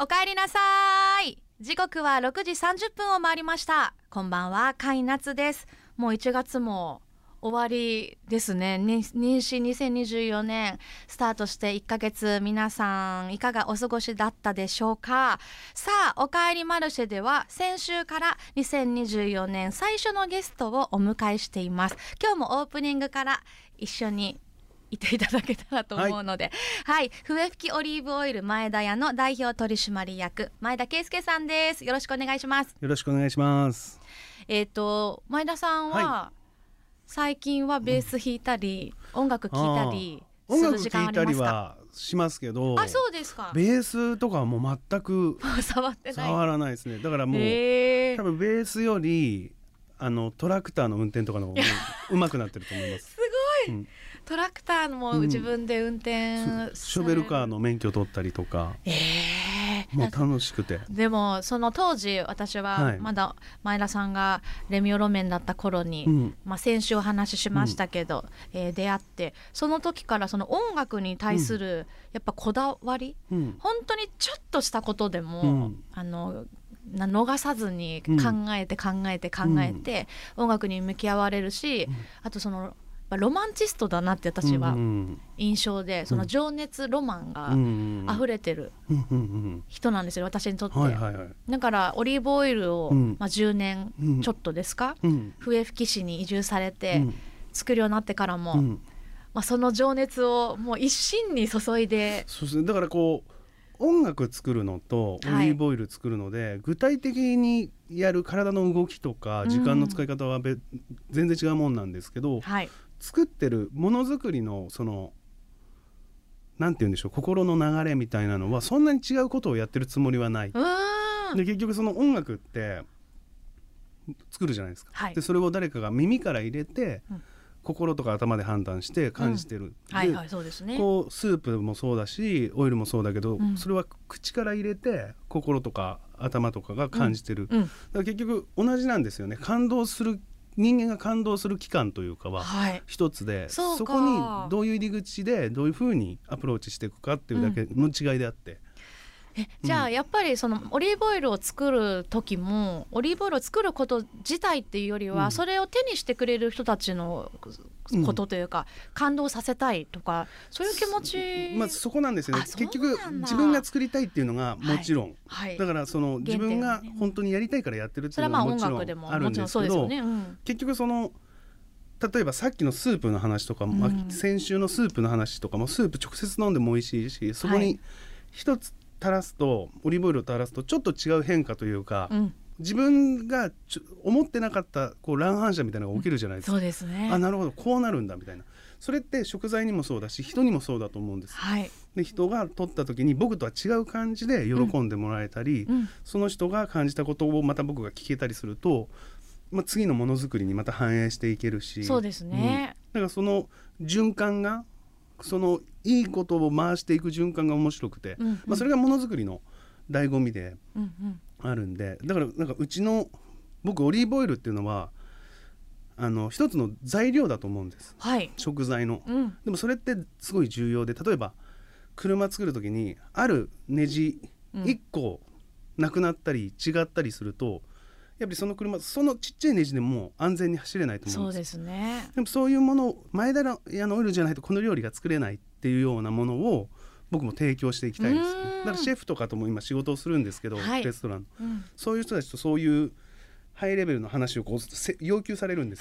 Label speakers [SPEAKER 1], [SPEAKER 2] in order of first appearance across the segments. [SPEAKER 1] おかえりなさい時刻は6時30分を回りましたこんばんはかいなつですもう1月も終わりですねね妊娠2024年スタートして1ヶ月皆さんいかがお過ごしだったでしょうかさあおかえりマルシェでは先週から2024年最初のゲストをお迎えしています今日もオープニングから一緒にいていただけたらと思うので、はい、笛吹きオリーブオイル前田屋の代表取締役前田圭介さんです。よろしくお願いします。
[SPEAKER 2] よろしくお願いします。
[SPEAKER 1] えっ、と前田さんは、最近はベース弾いたり、音楽聴いたり
[SPEAKER 2] 音
[SPEAKER 1] す
[SPEAKER 2] 楽
[SPEAKER 1] る時間あ
[SPEAKER 2] 聴い
[SPEAKER 1] り
[SPEAKER 2] た
[SPEAKER 1] ま
[SPEAKER 2] り
[SPEAKER 1] すか？
[SPEAKER 2] はしますけど、
[SPEAKER 1] あ、そうですか。
[SPEAKER 2] ベースとかはもう全く
[SPEAKER 1] 触ってない。
[SPEAKER 2] 触らないですね。だからもう、
[SPEAKER 1] えー、
[SPEAKER 2] 多分ベースよりあのトラクターの運転とかの方がもう上手くなってると思い ます。
[SPEAKER 1] すごい、
[SPEAKER 2] うん
[SPEAKER 1] トラクターも
[SPEAKER 2] うん
[SPEAKER 1] 自分で運転、
[SPEAKER 2] ショベルカー。の免許取ったりとか、
[SPEAKER 1] えー、
[SPEAKER 2] もう楽しくて。
[SPEAKER 1] でもその当時私
[SPEAKER 2] は
[SPEAKER 1] はいまだ前田さんがレミオロメンだった頃に、
[SPEAKER 2] うん
[SPEAKER 1] まあ、先週お話ししましたけど、えー出会ってその時からその音楽に対するやっぱこだわり、
[SPEAKER 2] うん
[SPEAKER 1] 本当にちょっとしたことでも、
[SPEAKER 2] うん
[SPEAKER 1] あのな逃さずに考えて考えて考えて、音楽に向き合われるし、あとそのやっぱロマンチストだなって私は
[SPEAKER 2] うん
[SPEAKER 1] 印象で、その情熱ロマンが
[SPEAKER 2] うん
[SPEAKER 1] 溢れてる
[SPEAKER 2] うんうん
[SPEAKER 1] 人なんですよ私にとって。
[SPEAKER 2] うんはいはいはい。
[SPEAKER 1] だからオリーブオイルを、
[SPEAKER 2] うん
[SPEAKER 1] まあ、10年
[SPEAKER 2] うん
[SPEAKER 1] ちょっとですか、
[SPEAKER 2] うん
[SPEAKER 1] 笛吹市に移住され
[SPEAKER 2] う
[SPEAKER 1] て
[SPEAKER 2] ん
[SPEAKER 1] 作るようになってからも、
[SPEAKER 2] うん
[SPEAKER 1] まあ、その情熱をもう一心に注いで
[SPEAKER 2] そうですねだからこう音楽作るのとオリ
[SPEAKER 1] はい
[SPEAKER 2] ーブオイル作るので、具体的にやる体の動きとか
[SPEAKER 1] うん
[SPEAKER 2] 時間の使い方はべ、全然違うもんなんですけど
[SPEAKER 1] はい
[SPEAKER 2] 作ってるものづくりのそのなんて言うんでしょう心の流れみたいなのはそんなに違うことをやってるつもりはない。
[SPEAKER 1] うーん
[SPEAKER 2] で結局その音楽って作るじゃないですか、
[SPEAKER 1] はい
[SPEAKER 2] でそれを誰かが耳から入れて、
[SPEAKER 1] うん
[SPEAKER 2] 心とか頭で判断して感じてる、
[SPEAKER 1] はい
[SPEAKER 2] で
[SPEAKER 1] はいそうですね
[SPEAKER 2] こうスープもそうだしオイルもそうだけど、
[SPEAKER 1] うん
[SPEAKER 2] それは口から入れて心とか頭とかが感じてる、だか
[SPEAKER 1] うん
[SPEAKER 2] ら結局同じなんですよね感動する人間が感動する器官というかは
[SPEAKER 1] はい
[SPEAKER 2] 一つで
[SPEAKER 1] そうか
[SPEAKER 2] こにどういう入り口でどういうふうにアプローチしていくかっていうだけの違いであって、
[SPEAKER 1] えじゃあやっぱりそのオリーブオイルを作る時もオリーブオイルを作ること自体っていうよりは、
[SPEAKER 2] うん
[SPEAKER 1] それを手にしてくれる人たちの
[SPEAKER 2] うん
[SPEAKER 1] ことというか、感動させたいとかそういう気持ち、
[SPEAKER 2] まあ、そこなんですよね
[SPEAKER 1] あそう
[SPEAKER 2] 結局
[SPEAKER 1] なんだ
[SPEAKER 2] 自分が作りたいっていうのがもちろん、
[SPEAKER 1] はい
[SPEAKER 2] だからその自分
[SPEAKER 1] 原
[SPEAKER 2] が
[SPEAKER 1] 点はね
[SPEAKER 2] 本当にやりたいからやってるって
[SPEAKER 1] そ
[SPEAKER 2] い
[SPEAKER 1] れ
[SPEAKER 2] う
[SPEAKER 1] はまあ
[SPEAKER 2] のはも
[SPEAKER 1] 音
[SPEAKER 2] ちろ
[SPEAKER 1] 楽で
[SPEAKER 2] ん
[SPEAKER 1] も
[SPEAKER 2] ある
[SPEAKER 1] も
[SPEAKER 2] ん
[SPEAKER 1] ちろ
[SPEAKER 2] で
[SPEAKER 1] んそ
[SPEAKER 2] す
[SPEAKER 1] う
[SPEAKER 2] け
[SPEAKER 1] ですよ
[SPEAKER 2] ど
[SPEAKER 1] ね、うん、
[SPEAKER 2] 結局その例えばさっきのスープの話とかも、
[SPEAKER 1] うん
[SPEAKER 2] まあ、先週のスープの話とかもスープ直接飲んでも美味しいしそこ
[SPEAKER 1] は
[SPEAKER 2] に
[SPEAKER 1] い
[SPEAKER 2] 一つ垂らすとオリーブオイルを垂らすとちょっと違う変化というか、
[SPEAKER 1] うん、
[SPEAKER 2] 自分がちょ思ってなかったこう乱反射みたいなのが起きるじゃないですか、
[SPEAKER 1] そうですね
[SPEAKER 2] あなるほどこうなるんだみたいなそれって食材にもそうだし人にもそうだと思うんです
[SPEAKER 1] はい、
[SPEAKER 2] で人が取った時に僕とは違う感じで喜んでもらえたり、
[SPEAKER 1] うん、
[SPEAKER 2] その人が感じたことをまた僕が聞けたりすると、まあ、次のものづくりにまた反映していけるし
[SPEAKER 1] そうですね、
[SPEAKER 2] うんだからその循環がそのいいことを回していく循環が面白くて、
[SPEAKER 1] うんうん
[SPEAKER 2] まあ、それがものづくりの醍醐味で
[SPEAKER 1] うんうん、
[SPEAKER 2] あるんでだからなんかうちの僕オリーブオイルっていうのはあの一つの材料だと思うんです
[SPEAKER 1] はい、
[SPEAKER 2] 食材の。
[SPEAKER 1] うん、
[SPEAKER 2] でもそれってすごい重要で例えば車作る時にあるネジ
[SPEAKER 1] うん
[SPEAKER 2] 1個なくなったり違ったりすると、やっぱりその車そのちっちゃいネジでも安全に走れないと思
[SPEAKER 1] そううん
[SPEAKER 2] です
[SPEAKER 1] ですね。
[SPEAKER 2] でもそういうものを前田屋のオイルじゃないとこの料理が作れないっていうようなものを僕も提供していきたいんですね、
[SPEAKER 1] うーん
[SPEAKER 2] だからシェフとかとも今仕事をするんですけど、
[SPEAKER 1] はい
[SPEAKER 2] レストランの
[SPEAKER 1] うん、
[SPEAKER 2] そういう人たちとそういうハイレベルの話をこうせ要求されるんです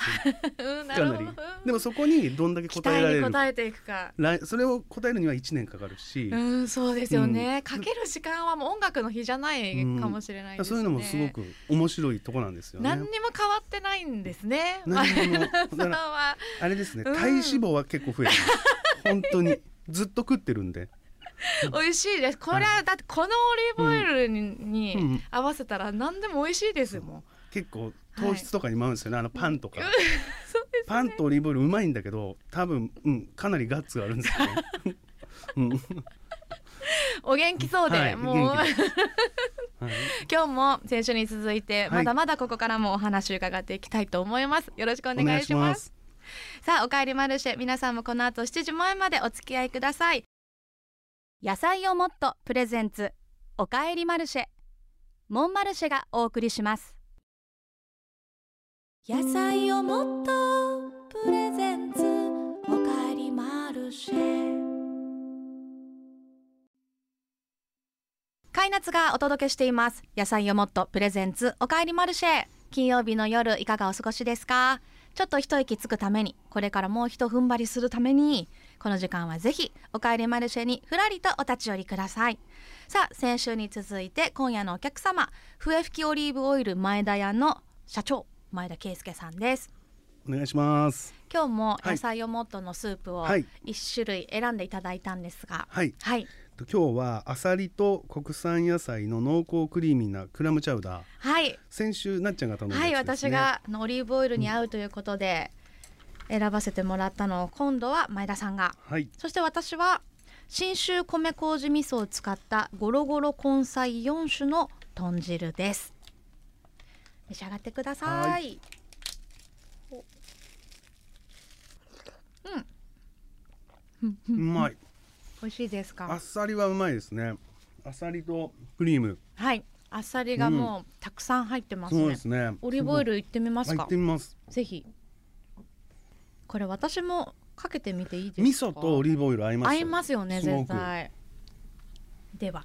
[SPEAKER 2] よ
[SPEAKER 1] な
[SPEAKER 2] か
[SPEAKER 1] る
[SPEAKER 2] な
[SPEAKER 1] ほ
[SPEAKER 2] り
[SPEAKER 1] ど。
[SPEAKER 2] でもそこにどんだけ
[SPEAKER 1] 期
[SPEAKER 2] 答え
[SPEAKER 1] 待に
[SPEAKER 2] られるか
[SPEAKER 1] 応えていくか。
[SPEAKER 2] 来それを答えるには1年かかるし、
[SPEAKER 1] うん、そうですよね。かける時間はもう音楽の日じゃないかもしれないですね。
[SPEAKER 2] そういうのもすごく面白いとこなんですよね。
[SPEAKER 1] 何にも変わってないんですね。
[SPEAKER 2] 何にも
[SPEAKER 1] さ
[SPEAKER 2] だか
[SPEAKER 1] ん
[SPEAKER 2] ら
[SPEAKER 1] は
[SPEAKER 2] あれですね
[SPEAKER 1] うん
[SPEAKER 2] 体脂肪は結構増えてます本 当にずっと食ってるんで、
[SPEAKER 1] 美味しいです。これはだってこのオリーブオイルに,、
[SPEAKER 2] うん
[SPEAKER 1] 合わせたら何でも美味しいですもん。
[SPEAKER 2] 結構糖質とかにも合うんですよね、あのパンとか、
[SPEAKER 1] そうです
[SPEAKER 2] パンとオリーブオイルうまいんだけど多分、うん、かなりガッツがあるんですよね。うん
[SPEAKER 1] お元気そうで、
[SPEAKER 2] はい
[SPEAKER 1] もう
[SPEAKER 2] 元気ですはい
[SPEAKER 1] 今日も先週に続いて
[SPEAKER 2] い
[SPEAKER 1] まだまだここからもお話伺っていきたいと思いますよろ しくお願いします
[SPEAKER 2] す。
[SPEAKER 1] さあおかえりマルシェ皆さんもこの後7時前までお付き合いください野菜をもっとプレゼンツおかえりマルシェモンマルシェがお送りします野菜をもっとプレゼンツおかえりマルシェカイナツがお届けしています野菜をもっとプレゼンツおかえりマルシェ金曜日の夜いかがお過ごしですかちょっと一息つくためにこれからもうひと踏ん張りするためにこの時間はぜひおかえりマルシェにふらりとお立ち寄りくださいさあ先週に続いて今夜のお客様笛吹きオリーブオイル前田屋の社長前田圭介さんです
[SPEAKER 2] お願いします
[SPEAKER 1] 今日も野菜をもっとのスープを
[SPEAKER 2] はい
[SPEAKER 1] 一種類選んでいただいたんですが
[SPEAKER 2] はい
[SPEAKER 1] はい
[SPEAKER 2] と今日はアサリと国産野菜の濃厚クリーミーなクラムチャウダー
[SPEAKER 1] はい
[SPEAKER 2] 先週なっちゃんが頼んだ
[SPEAKER 1] はい、
[SPEAKER 2] やつです
[SPEAKER 1] 私
[SPEAKER 2] ね
[SPEAKER 1] があのオリーブオイルに合うということで選ばせてもらったのを今度は前田さんが
[SPEAKER 2] はい
[SPEAKER 1] そして私は信州米麹味噌を使ったゴロゴロ根菜4種の豚汁です召し上がってください
[SPEAKER 2] はうまい
[SPEAKER 1] 美味しいです
[SPEAKER 2] あ
[SPEAKER 1] か
[SPEAKER 2] っさりはうまいですねあさりとクリーム
[SPEAKER 1] はいあっさりがもうたくさん入ってますね,、
[SPEAKER 2] そうですね
[SPEAKER 1] オリーブオイ
[SPEAKER 2] で
[SPEAKER 1] ルいってみますす
[SPEAKER 2] ごいあ行
[SPEAKER 1] か
[SPEAKER 2] ってみます
[SPEAKER 1] ぜひこれ私もかけてみていいですか
[SPEAKER 2] 味噌とオリーブオイル合います
[SPEAKER 1] 合いますよね
[SPEAKER 2] すご
[SPEAKER 1] 絶
[SPEAKER 2] く
[SPEAKER 1] 対では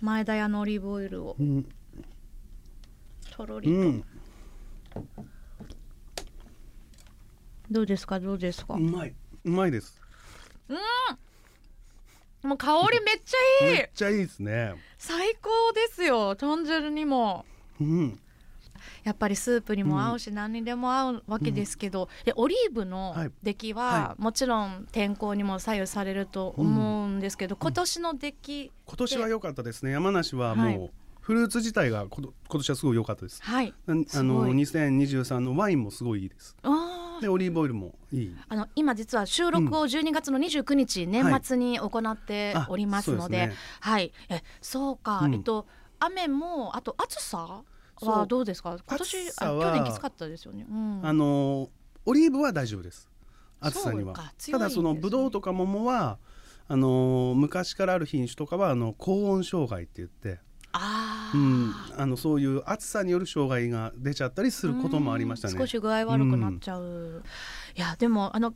[SPEAKER 1] 前田屋のオリーブオイルを
[SPEAKER 2] うん、
[SPEAKER 1] とろり
[SPEAKER 2] う
[SPEAKER 1] と、
[SPEAKER 2] ん、
[SPEAKER 1] どうですかどうですか、
[SPEAKER 2] うまいうまいです
[SPEAKER 1] もう香りめっちゃいい
[SPEAKER 2] めっちゃいいですね
[SPEAKER 1] 最高ですよ豚汁にも
[SPEAKER 2] うん
[SPEAKER 1] やっぱりスープにも合うし、何にでも合うわけですけど、でオリーブの
[SPEAKER 2] はい
[SPEAKER 1] 出来は、
[SPEAKER 2] は
[SPEAKER 1] もちろん天候にも左右されると思うんですけど、今年の出来、
[SPEAKER 2] 今年は良かったですね山梨はもう、
[SPEAKER 1] はい
[SPEAKER 2] フルーツ自体がこと今年はすごい良かったです
[SPEAKER 1] はい
[SPEAKER 2] なん
[SPEAKER 1] す
[SPEAKER 2] あ
[SPEAKER 1] ごい
[SPEAKER 2] の2023のワインもすごいいいです
[SPEAKER 1] あー
[SPEAKER 2] でオリーブオイルもいい
[SPEAKER 1] あの今実は収録を12月の29日、年末に行っておりますので,、
[SPEAKER 2] あ
[SPEAKER 1] は
[SPEAKER 2] そう
[SPEAKER 1] い
[SPEAKER 2] です
[SPEAKER 1] え
[SPEAKER 2] ね
[SPEAKER 1] そうか、
[SPEAKER 2] うん
[SPEAKER 1] えっと雨もあと暑さ
[SPEAKER 2] そう
[SPEAKER 1] はどうですか今年
[SPEAKER 2] 暑
[SPEAKER 1] あ
[SPEAKER 2] さは
[SPEAKER 1] 去年きつかったですよね、うん、
[SPEAKER 2] あのオリーブは大丈夫です暑さには
[SPEAKER 1] そうか強い
[SPEAKER 2] ただそ
[SPEAKER 1] ん
[SPEAKER 2] の
[SPEAKER 1] ですね
[SPEAKER 2] ブドウとか桃はあの昔からある品種とかはあの高温障害って言って、
[SPEAKER 1] あー
[SPEAKER 2] うん、あのそういう暑さによる障害が出ちゃったりすることもありました
[SPEAKER 1] う
[SPEAKER 2] ね
[SPEAKER 1] ん少し具合悪くなっちゃう、いやでもあの9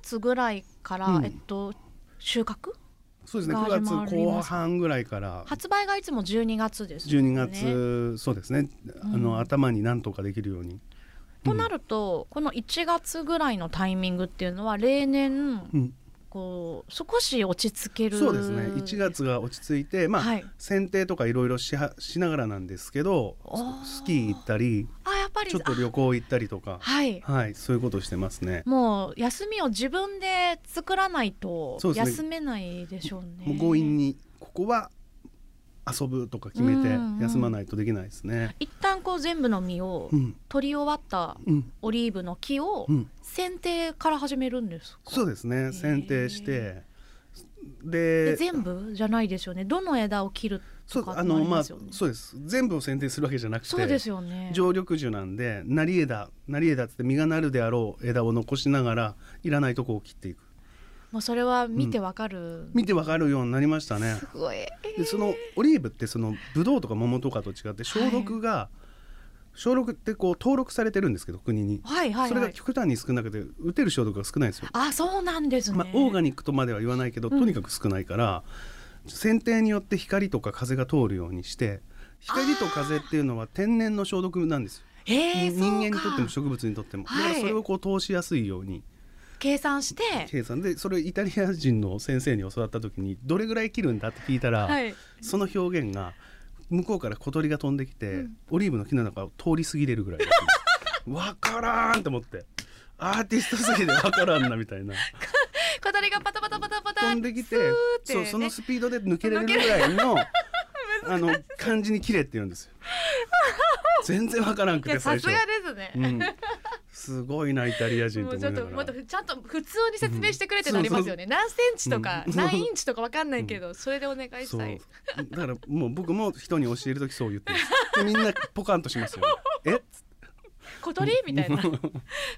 [SPEAKER 1] 月ぐらいから、
[SPEAKER 2] うん
[SPEAKER 1] えっと収穫
[SPEAKER 2] そうですね
[SPEAKER 1] が
[SPEAKER 2] 9
[SPEAKER 1] 始ま
[SPEAKER 2] 月
[SPEAKER 1] り
[SPEAKER 2] 後
[SPEAKER 1] ます
[SPEAKER 2] 半ぐらいから
[SPEAKER 1] 発売がいつも12月ですよね
[SPEAKER 2] 12月、そうですねあ
[SPEAKER 1] う
[SPEAKER 2] の、
[SPEAKER 1] ん
[SPEAKER 2] 頭になんとかできるように
[SPEAKER 1] となるとこの1月ぐらいのタイミングっていうのは例年
[SPEAKER 2] うん、
[SPEAKER 1] こう少し落ち着ける
[SPEAKER 2] そうですね1月が落ち着いてまあ、
[SPEAKER 1] はい
[SPEAKER 2] 剪定とかいろいろしはしながらなんですけど
[SPEAKER 1] おー
[SPEAKER 2] ススキー行ったり
[SPEAKER 1] あやっぱり
[SPEAKER 2] ちょっと
[SPEAKER 1] あ
[SPEAKER 2] 旅行行ったりとか
[SPEAKER 1] はい
[SPEAKER 2] はいそういうことしてますね。
[SPEAKER 1] もう休みを自分で作らないと
[SPEAKER 2] そうですね
[SPEAKER 1] 休めないでしょうね
[SPEAKER 2] もう強引にここは遊ぶとか決めて
[SPEAKER 1] うんうん
[SPEAKER 2] 休まないとできないですね。
[SPEAKER 1] 一旦こう全部の実を
[SPEAKER 2] うん
[SPEAKER 1] 取り終わった
[SPEAKER 2] うん
[SPEAKER 1] オリーブの木を
[SPEAKER 2] うん、
[SPEAKER 1] 剪定から始めるんですか
[SPEAKER 2] そうですね剪定してで
[SPEAKER 1] で全部じゃないですよねどの枝を切ると
[SPEAKER 2] そう
[SPEAKER 1] か
[SPEAKER 2] あ
[SPEAKER 1] ってな
[SPEAKER 2] の
[SPEAKER 1] り
[SPEAKER 2] ま
[SPEAKER 1] ま
[SPEAKER 2] あ
[SPEAKER 1] すよね
[SPEAKER 2] そうです全部を剪定するわけじゃなくて
[SPEAKER 1] そうですよね
[SPEAKER 2] 常緑樹なんで成枝成枝っつって実がなるであろう枝を残しながらいらないとこを切っていく
[SPEAKER 1] もうそれは見てわかる、
[SPEAKER 2] 見てわかるようになりましたね
[SPEAKER 1] すごい
[SPEAKER 2] でそのオリーブってそのブドウとか桃とかと違って消毒が、消毒ってこう登録されてるんですけど国に、
[SPEAKER 1] はいはい
[SPEAKER 2] それ
[SPEAKER 1] は
[SPEAKER 2] が
[SPEAKER 1] い
[SPEAKER 2] 極端に少なくて打てる消毒が少ないんですよ、
[SPEAKER 1] あそうなんですね、
[SPEAKER 2] まあ、オーガニックとまでは言わないけどとにかく少ないから、剪定によって光とか風が通るようにして光と風っていうのは天然の消毒なんですよ
[SPEAKER 1] えー、
[SPEAKER 2] 人間にとっても
[SPEAKER 1] そうか
[SPEAKER 2] 植物にとってもだ
[SPEAKER 1] はい
[SPEAKER 2] からそれをこう通しやすいように
[SPEAKER 1] 計算して
[SPEAKER 2] 計算でそれをイタリア人の先生に教わった時にどれぐらい切るんだって聞いたら、
[SPEAKER 1] はい
[SPEAKER 2] その表現が向こうから小鳥が飛んできて、オリーブの木の中を通り過ぎれるぐらい だったのわからんと思ってアーティストすぎてわからんなみ たいな
[SPEAKER 1] 小鳥がパタパタパタパタ
[SPEAKER 2] 飛んできて
[SPEAKER 1] スーって
[SPEAKER 2] そうその
[SPEAKER 1] ね
[SPEAKER 2] スピードで抜けれるぐら いのあの感じに切れって言うんですよ全然わからんく
[SPEAKER 1] いや
[SPEAKER 2] て最
[SPEAKER 1] さす
[SPEAKER 2] 初
[SPEAKER 1] が。ですね、
[SPEAKER 2] うん、すごいなイタリア人
[SPEAKER 1] もう
[SPEAKER 2] と思い
[SPEAKER 1] ちょっ
[SPEAKER 2] なが
[SPEAKER 1] と
[SPEAKER 2] ら
[SPEAKER 1] もっとちゃんと普通に説明してくれってなりますよね、何センチとか、
[SPEAKER 2] うん
[SPEAKER 1] 何インチとかわかんないけど、それでお願いし
[SPEAKER 2] そう
[SPEAKER 1] たい
[SPEAKER 2] だから もう僕も人に教える時そう言ってますでみんなポカンとしますよねえっ
[SPEAKER 1] 小鳥みたいな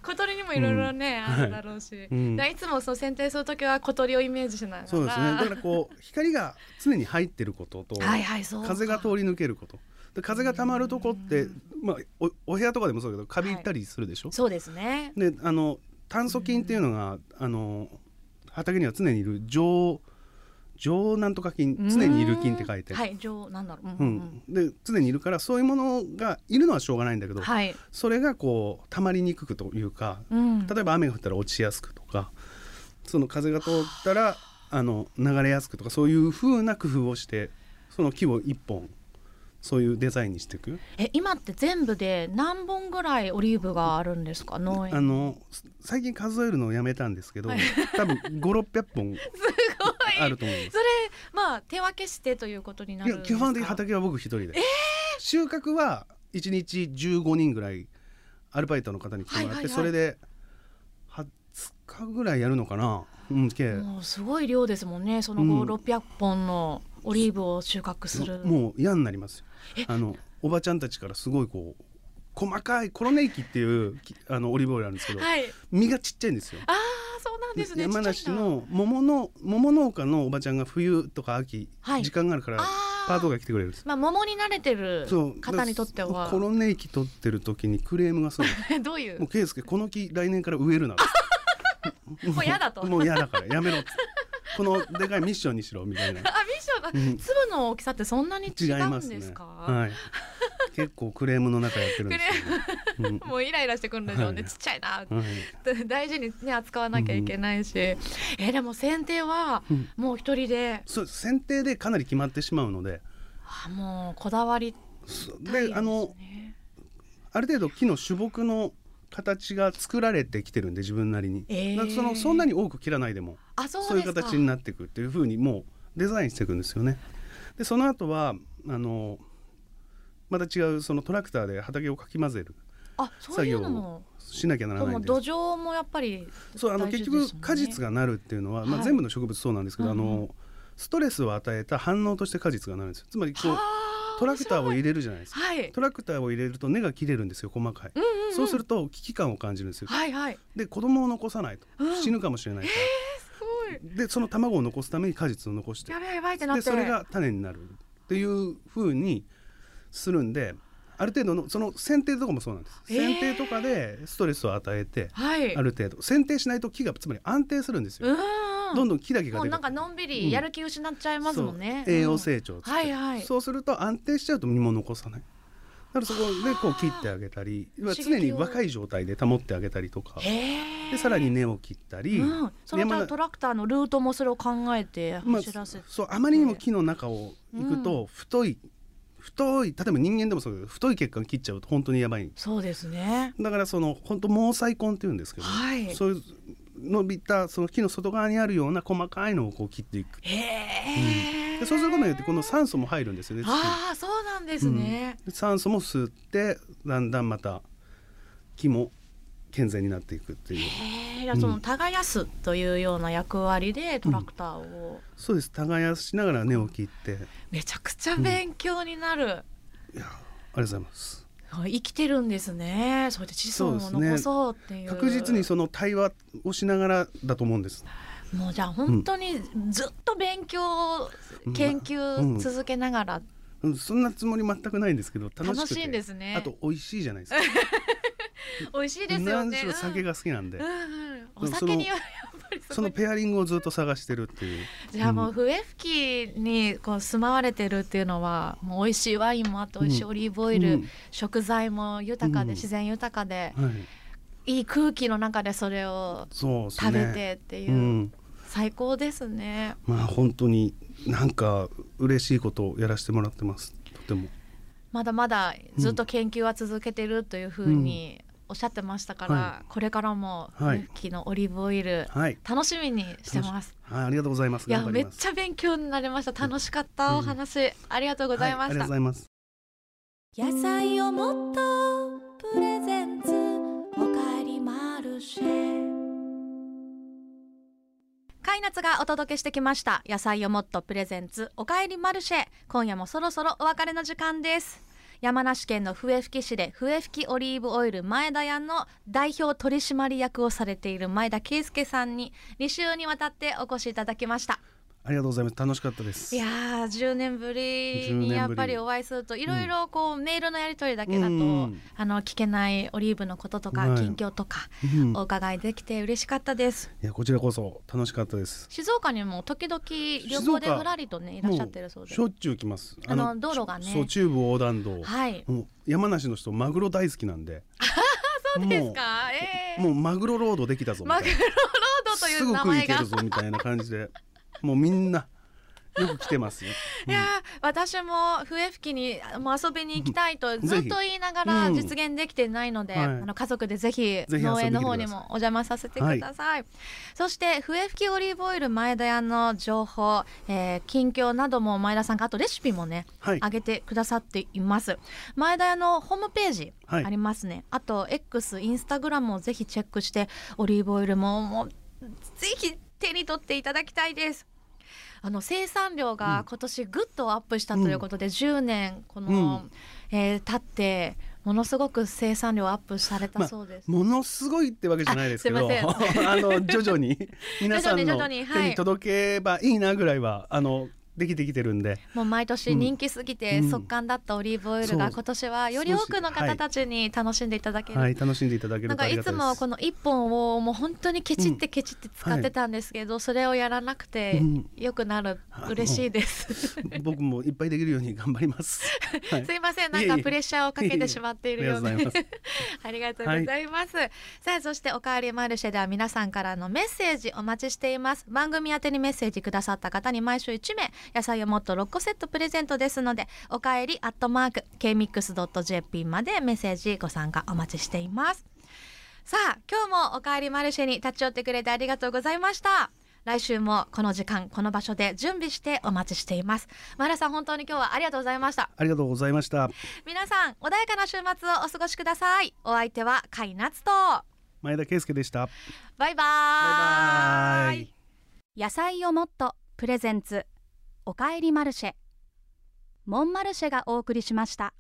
[SPEAKER 1] 小鳥にもいろいろね、
[SPEAKER 2] うん
[SPEAKER 1] あるだろうし、
[SPEAKER 2] うん
[SPEAKER 1] だからいつもそう剪定する時は小鳥をイメージしながら
[SPEAKER 2] そうですねだからこう光が常に入ってることと
[SPEAKER 1] はいはいそうか
[SPEAKER 2] 風が通り抜けることで風がたまるとこってまあおお部屋とかでもそうだけどカビいったりするでしょ、
[SPEAKER 1] そうですね
[SPEAKER 2] であの炭疽菌っていうのがあの畑には常にいる常常なんとか菌常にいる菌って書いて
[SPEAKER 1] うんはい上なんだろううんう
[SPEAKER 2] うんん、で常にいるからそういうものがいるのはしょうがないんだけ
[SPEAKER 1] う
[SPEAKER 2] ど、
[SPEAKER 1] んはい、
[SPEAKER 2] それがこう溜まりにくくというか
[SPEAKER 1] うん、
[SPEAKER 2] 例えば雨が降ったら落ちやすくとかその風が通ったらあの流れやすくとかそういう風な工夫をしてその木を一本そういうデザインにしていく
[SPEAKER 1] え今って全部で何本ぐらいオリーブがあるんですか農園
[SPEAKER 2] あの最近数えるのをやめたんですけど、
[SPEAKER 1] はい
[SPEAKER 2] 多分5600 本
[SPEAKER 1] すごい
[SPEAKER 2] あると思うんです
[SPEAKER 1] それまあ手分けしてということにないる
[SPEAKER 2] や
[SPEAKER 1] んです
[SPEAKER 2] 基
[SPEAKER 1] か
[SPEAKER 2] 本的に畑は僕一人で、収穫は1日15人ぐらいアルバイトの方に来てもらって、
[SPEAKER 1] はいはいはい
[SPEAKER 2] それで20日ぐらいやるのかな、うん、計
[SPEAKER 1] もうすごい量ですもんねその後、
[SPEAKER 2] うん
[SPEAKER 1] 600本のオリーブを収穫する
[SPEAKER 2] もう嫌になりますよあのおばちゃんたちからすごいこう細かいコロネイキっていうきあのオリーブオイルあるんですけど、
[SPEAKER 1] はい
[SPEAKER 2] 実がちっちゃいんですよ。
[SPEAKER 1] ああそうなんですね
[SPEAKER 2] 山
[SPEAKER 1] ちっち
[SPEAKER 2] 梨
[SPEAKER 1] ゃいんだ
[SPEAKER 2] の桃の桃農家のおばちゃんが冬とか秋、
[SPEAKER 1] はい
[SPEAKER 2] 時間があるから
[SPEAKER 1] あー
[SPEAKER 2] パートが来てくれるんです
[SPEAKER 1] まあ桃に慣れてる
[SPEAKER 2] そう
[SPEAKER 1] 方にとっては
[SPEAKER 2] コロネイキ取ってる時にクレーム がすごい
[SPEAKER 1] どういう
[SPEAKER 2] もう圭介この木来年から植えるなっつって
[SPEAKER 1] もう嫌だと
[SPEAKER 2] もう嫌だからやめろっつってこのでかいミッションにしろみたいな
[SPEAKER 1] あミッションが、
[SPEAKER 2] うん
[SPEAKER 1] 粒の大きさってそんなに違
[SPEAKER 2] 違い
[SPEAKER 1] うん
[SPEAKER 2] ますね
[SPEAKER 1] ですか
[SPEAKER 2] はい結構クレームの中やってるんですよ、ね
[SPEAKER 1] もうイライラしてくるんでしょうね、
[SPEAKER 2] はい
[SPEAKER 1] ちっちゃいなって
[SPEAKER 2] うんはい
[SPEAKER 1] 大事にね扱わなきゃいけないし、えでも剪定は
[SPEAKER 2] うん
[SPEAKER 1] もう一人で、
[SPEAKER 2] そう剪定でかなり決まってしまうので
[SPEAKER 1] あもうこだわり
[SPEAKER 2] そ
[SPEAKER 1] たいです、
[SPEAKER 2] で
[SPEAKER 1] ね、
[SPEAKER 2] あのある程度木の種木の形が作られてきてるんで自分なりに、
[SPEAKER 1] えー
[SPEAKER 2] なんかそのそんなに多く切らないでも
[SPEAKER 1] あそう
[SPEAKER 2] そうい
[SPEAKER 1] で
[SPEAKER 2] う
[SPEAKER 1] すか
[SPEAKER 2] 形になっていくっていうふうにもうデザインしていくんですよね。でその後はあのまた違うそのトラクターで畑をかき混ぜる
[SPEAKER 1] あそういうのも
[SPEAKER 2] しなきゃな
[SPEAKER 1] で
[SPEAKER 2] らない
[SPEAKER 1] も
[SPEAKER 2] んで
[SPEAKER 1] 土壌もやっぱり
[SPEAKER 2] そうあの
[SPEAKER 1] 大事
[SPEAKER 2] 結
[SPEAKER 1] です
[SPEAKER 2] 局果実
[SPEAKER 1] が
[SPEAKER 2] がなるっていうのは、ま
[SPEAKER 1] は
[SPEAKER 2] あ、
[SPEAKER 1] い
[SPEAKER 2] 全部の植物そうなんですけど、
[SPEAKER 1] うんうん
[SPEAKER 2] あのストレスを与えた反応として果実がなるんですよつまりこう
[SPEAKER 1] はあ
[SPEAKER 2] トラクターを
[SPEAKER 1] 面
[SPEAKER 2] 入れるじゃないですか
[SPEAKER 1] 白いはい
[SPEAKER 2] トラクターを入れると根が切れるんですよ細かい、そうすると危機感を感じるんですよ
[SPEAKER 1] はいはい
[SPEAKER 2] で子供を残さないと、
[SPEAKER 1] うん
[SPEAKER 2] 死ぬかもしれないか
[SPEAKER 1] すごい
[SPEAKER 2] ら、でその卵を残すために果実を残して
[SPEAKER 1] やばいやばいってなっ
[SPEAKER 2] で
[SPEAKER 1] て
[SPEAKER 2] それが種になるっていう風にするんである程度のその剪定とかもそうなんです、
[SPEAKER 1] えー
[SPEAKER 2] 剪定とかでストレスを与えて
[SPEAKER 1] はい
[SPEAKER 2] ある程度剪定しないと木がつまり安定するんですよ、
[SPEAKER 1] うー
[SPEAKER 2] ど
[SPEAKER 1] ん
[SPEAKER 2] んどん木だけが
[SPEAKER 1] もう
[SPEAKER 2] 出て
[SPEAKER 1] なんかのんびりやる気失っちゃいますもんね、
[SPEAKER 2] そう栄養
[SPEAKER 1] うん
[SPEAKER 2] 成長っつって、
[SPEAKER 1] はいはい
[SPEAKER 2] そうすると安定しちゃうと身も残さないだからそこでこう切ってあげたり要は常
[SPEAKER 1] 刺激
[SPEAKER 2] に
[SPEAKER 1] を
[SPEAKER 2] 若い状態で保ってあげたりとか
[SPEAKER 1] へえ
[SPEAKER 2] でさらに根を切ったり、
[SPEAKER 1] うん、その
[SPEAKER 2] 山
[SPEAKER 1] 他
[SPEAKER 2] な
[SPEAKER 1] トラクターのルートもそれを考えて
[SPEAKER 2] まあ
[SPEAKER 1] 走らせて、
[SPEAKER 2] そうあまりにも木の中を行くと太い、太い例えば人間でもそうだけど太い血管切っちゃうと本当にやばい
[SPEAKER 1] そうですね
[SPEAKER 2] だからその本当毛細根っていうんですけど、
[SPEAKER 1] はい
[SPEAKER 2] そういう伸びたその木の外側にあるような細かいのをこう切っていく、
[SPEAKER 1] へえ、
[SPEAKER 2] でそうすることによってこの酸素も入るんですよね土に
[SPEAKER 1] ああそうなんですね、
[SPEAKER 2] うん酸素も吸ってだんだんまた木も健全になっていくっていう
[SPEAKER 1] へえじゃあその耕すというような役割でトラクターを、
[SPEAKER 2] そうです耕しながら根を切っていや
[SPEAKER 1] めちゃくちゃ勉強になる、
[SPEAKER 2] ありがとうございます
[SPEAKER 1] 生きてるんですねそれで子孫を
[SPEAKER 2] そうですね
[SPEAKER 1] 残そうっていう
[SPEAKER 2] 確実にその対話をしながらだと思うんです
[SPEAKER 1] もうじゃあ本当にずっと勉強、
[SPEAKER 2] うん
[SPEAKER 1] 研
[SPEAKER 2] う
[SPEAKER 1] 究
[SPEAKER 2] ん
[SPEAKER 1] 続けながら、
[SPEAKER 2] うんそんなつもり全くないんですけど楽しくて
[SPEAKER 1] 楽しいんですね
[SPEAKER 2] あと美味しいじゃないです か
[SPEAKER 1] 美味しいですよね
[SPEAKER 2] 何しろ酒が好きなんで、
[SPEAKER 1] うんうんうん、お
[SPEAKER 2] その
[SPEAKER 1] 酒にはやっぱりそ
[SPEAKER 2] そ
[SPEAKER 1] こ
[SPEAKER 2] の
[SPEAKER 1] に
[SPEAKER 2] ペアリングをずっと探してるっていう
[SPEAKER 1] じゃあもう
[SPEAKER 2] うん
[SPEAKER 1] 笛吹きにこう住まわれてるっていうのはもう美味しいワインもあって美味しい
[SPEAKER 2] うん
[SPEAKER 1] オリーブオイル、
[SPEAKER 2] うん
[SPEAKER 1] 食材も豊かで、
[SPEAKER 2] うん
[SPEAKER 1] 自然豊かで
[SPEAKER 2] はい
[SPEAKER 1] いい空気の中でそれを
[SPEAKER 2] そうです
[SPEAKER 1] 食
[SPEAKER 2] ね
[SPEAKER 1] べてっていう、
[SPEAKER 2] うん
[SPEAKER 1] 最高ですね
[SPEAKER 2] まあ本当になんか嬉しいことをやらせてもらってますとても
[SPEAKER 1] まだまだずっと研究は続けてるというふうにおっしゃってましたから、
[SPEAKER 2] は
[SPEAKER 1] これからも
[SPEAKER 2] はい
[SPEAKER 1] 笛吹きのオリーブオイル、
[SPEAKER 2] はい
[SPEAKER 1] 楽しみにしてます。
[SPEAKER 2] はい、ありがとうございます。
[SPEAKER 1] いや
[SPEAKER 2] 頑張
[SPEAKER 1] め
[SPEAKER 2] り
[SPEAKER 1] っ
[SPEAKER 2] ます
[SPEAKER 1] ちゃ勉強になりました楽しかったお話、ありがとうございま
[SPEAKER 2] はあり
[SPEAKER 1] し
[SPEAKER 2] が
[SPEAKER 1] た
[SPEAKER 2] とうございます。
[SPEAKER 1] 野菜をもっとプレゼンツおかえりマルシェカイナツがお届けしてきました野菜をもっとプレゼンツおかえりマルシェ今夜もそろそろお別れの時間です山梨県の笛吹市で笛吹オリーブオイル前田屋の代表取締役をされている前田圭介さんに2週にわたってお越しいただきました
[SPEAKER 2] ありがとうございます楽しかったです
[SPEAKER 1] いやー10年ぶり
[SPEAKER 2] 10年ぶ
[SPEAKER 1] に
[SPEAKER 2] り
[SPEAKER 1] やっぱりお会いするといろいろこうメールのやり取りだけだと、
[SPEAKER 2] うん
[SPEAKER 1] あの聞けないオリーブのこととか
[SPEAKER 2] はい
[SPEAKER 1] 近況とか
[SPEAKER 2] うん
[SPEAKER 1] お伺いできて嬉しかったです
[SPEAKER 2] いやこちらこそ楽しかったです
[SPEAKER 1] 静岡にも時々旅行でふらりとねいらっしゃってるそうで
[SPEAKER 2] もしょっちゅう来ます
[SPEAKER 1] あの道路がね
[SPEAKER 2] そう中部横断道、
[SPEAKER 1] はい
[SPEAKER 2] もう山梨の人マグロ大好きなんで
[SPEAKER 1] そうですかええ
[SPEAKER 2] もうマグロロードできたぞみ
[SPEAKER 1] マ
[SPEAKER 2] たい
[SPEAKER 1] グ
[SPEAKER 2] な
[SPEAKER 1] ロロードとい
[SPEAKER 2] す
[SPEAKER 1] う
[SPEAKER 2] ぐ
[SPEAKER 1] 名
[SPEAKER 2] 食い
[SPEAKER 1] 前
[SPEAKER 2] 行け
[SPEAKER 1] が
[SPEAKER 2] るぞみたいな感じでもうみんなよく来てますよ、
[SPEAKER 1] いやー私も笛吹きにあもう遊びに行きたいと
[SPEAKER 2] ひ
[SPEAKER 1] ずっと言いながら
[SPEAKER 2] うん
[SPEAKER 1] 実現できてないので、
[SPEAKER 2] はい
[SPEAKER 1] あの家族でぜひ
[SPEAKER 2] ぜひ遊びに来てくだ
[SPEAKER 1] 農
[SPEAKER 2] さい
[SPEAKER 1] 園の方にもお邪魔させてください、そして笛吹きオリーブオイル前田屋の情報、えー近況なども前田さんがあとレシピもね、
[SPEAKER 2] はい
[SPEAKER 1] 上げてくださっています前田屋のホームページあ
[SPEAKER 2] はい
[SPEAKER 1] りますね、あと X インスタグラムをぜひチェックしてオリーブオイルももうぜひ手に取っていただきたいですあの生産量が今年ぐっとアップしたということで、10年この、えー経ってものすごく生産量アップされたそうです、
[SPEAKER 2] ものすごいってわけじゃないですけど
[SPEAKER 1] あすいま
[SPEAKER 2] あの徐々 に皆さん
[SPEAKER 1] 徐
[SPEAKER 2] の
[SPEAKER 1] 々に徐々にはい
[SPEAKER 2] 手に届けばいいなぐらいはあのできてきてるんで
[SPEAKER 1] もう毎年人気すぎて
[SPEAKER 2] うん
[SPEAKER 1] 速乾だったオリーブオイル
[SPEAKER 2] そ
[SPEAKER 1] が
[SPEAKER 2] う
[SPEAKER 1] 今年はより多くの方たちに楽しんでいただける
[SPEAKER 2] はい楽しんでいただけ
[SPEAKER 1] な
[SPEAKER 2] る
[SPEAKER 1] ん
[SPEAKER 2] と
[SPEAKER 1] か
[SPEAKER 2] あり
[SPEAKER 1] い
[SPEAKER 2] がた
[SPEAKER 1] つ
[SPEAKER 2] いです
[SPEAKER 1] もこの1本をもう本当にケチってケチって使ってたんですけど、それをやらなくて
[SPEAKER 2] うん
[SPEAKER 1] よくなる、
[SPEAKER 2] あ
[SPEAKER 1] 嬉しいです、
[SPEAKER 2] 僕もいっぱいできるように頑張り ます、はい
[SPEAKER 1] すいませんないん
[SPEAKER 2] えいえ
[SPEAKER 1] かプレッシャーをかけてしまっているようで
[SPEAKER 2] ありがとうご
[SPEAKER 1] ありがと
[SPEAKER 2] ざい
[SPEAKER 1] うございます、さあそしておかわりマルシェでは皆さんからのメッセージお待ちしています番組宛てにメッセージくださった方に毎週1名野菜をもっと6個セットプレゼントですのでおかえりアットマーク kmix.jp までメッセージご参加お待ちしていますさあ今日もおかわりマルシェに立ち寄ってくれてありがとうございました来週もこの時間この場所で準備してお待ちしています前田さん本当に今日はありがとうございました
[SPEAKER 2] ありがとうございました
[SPEAKER 1] 皆さん穏やかな週末をお過ごしくださいお相手は甲斐夏とバ
[SPEAKER 2] 前田圭介でした
[SPEAKER 1] イバーイ
[SPEAKER 2] バイバイ
[SPEAKER 3] 野菜をもっとプレゼンツおかえりマルシェモンマルシェがお送りしました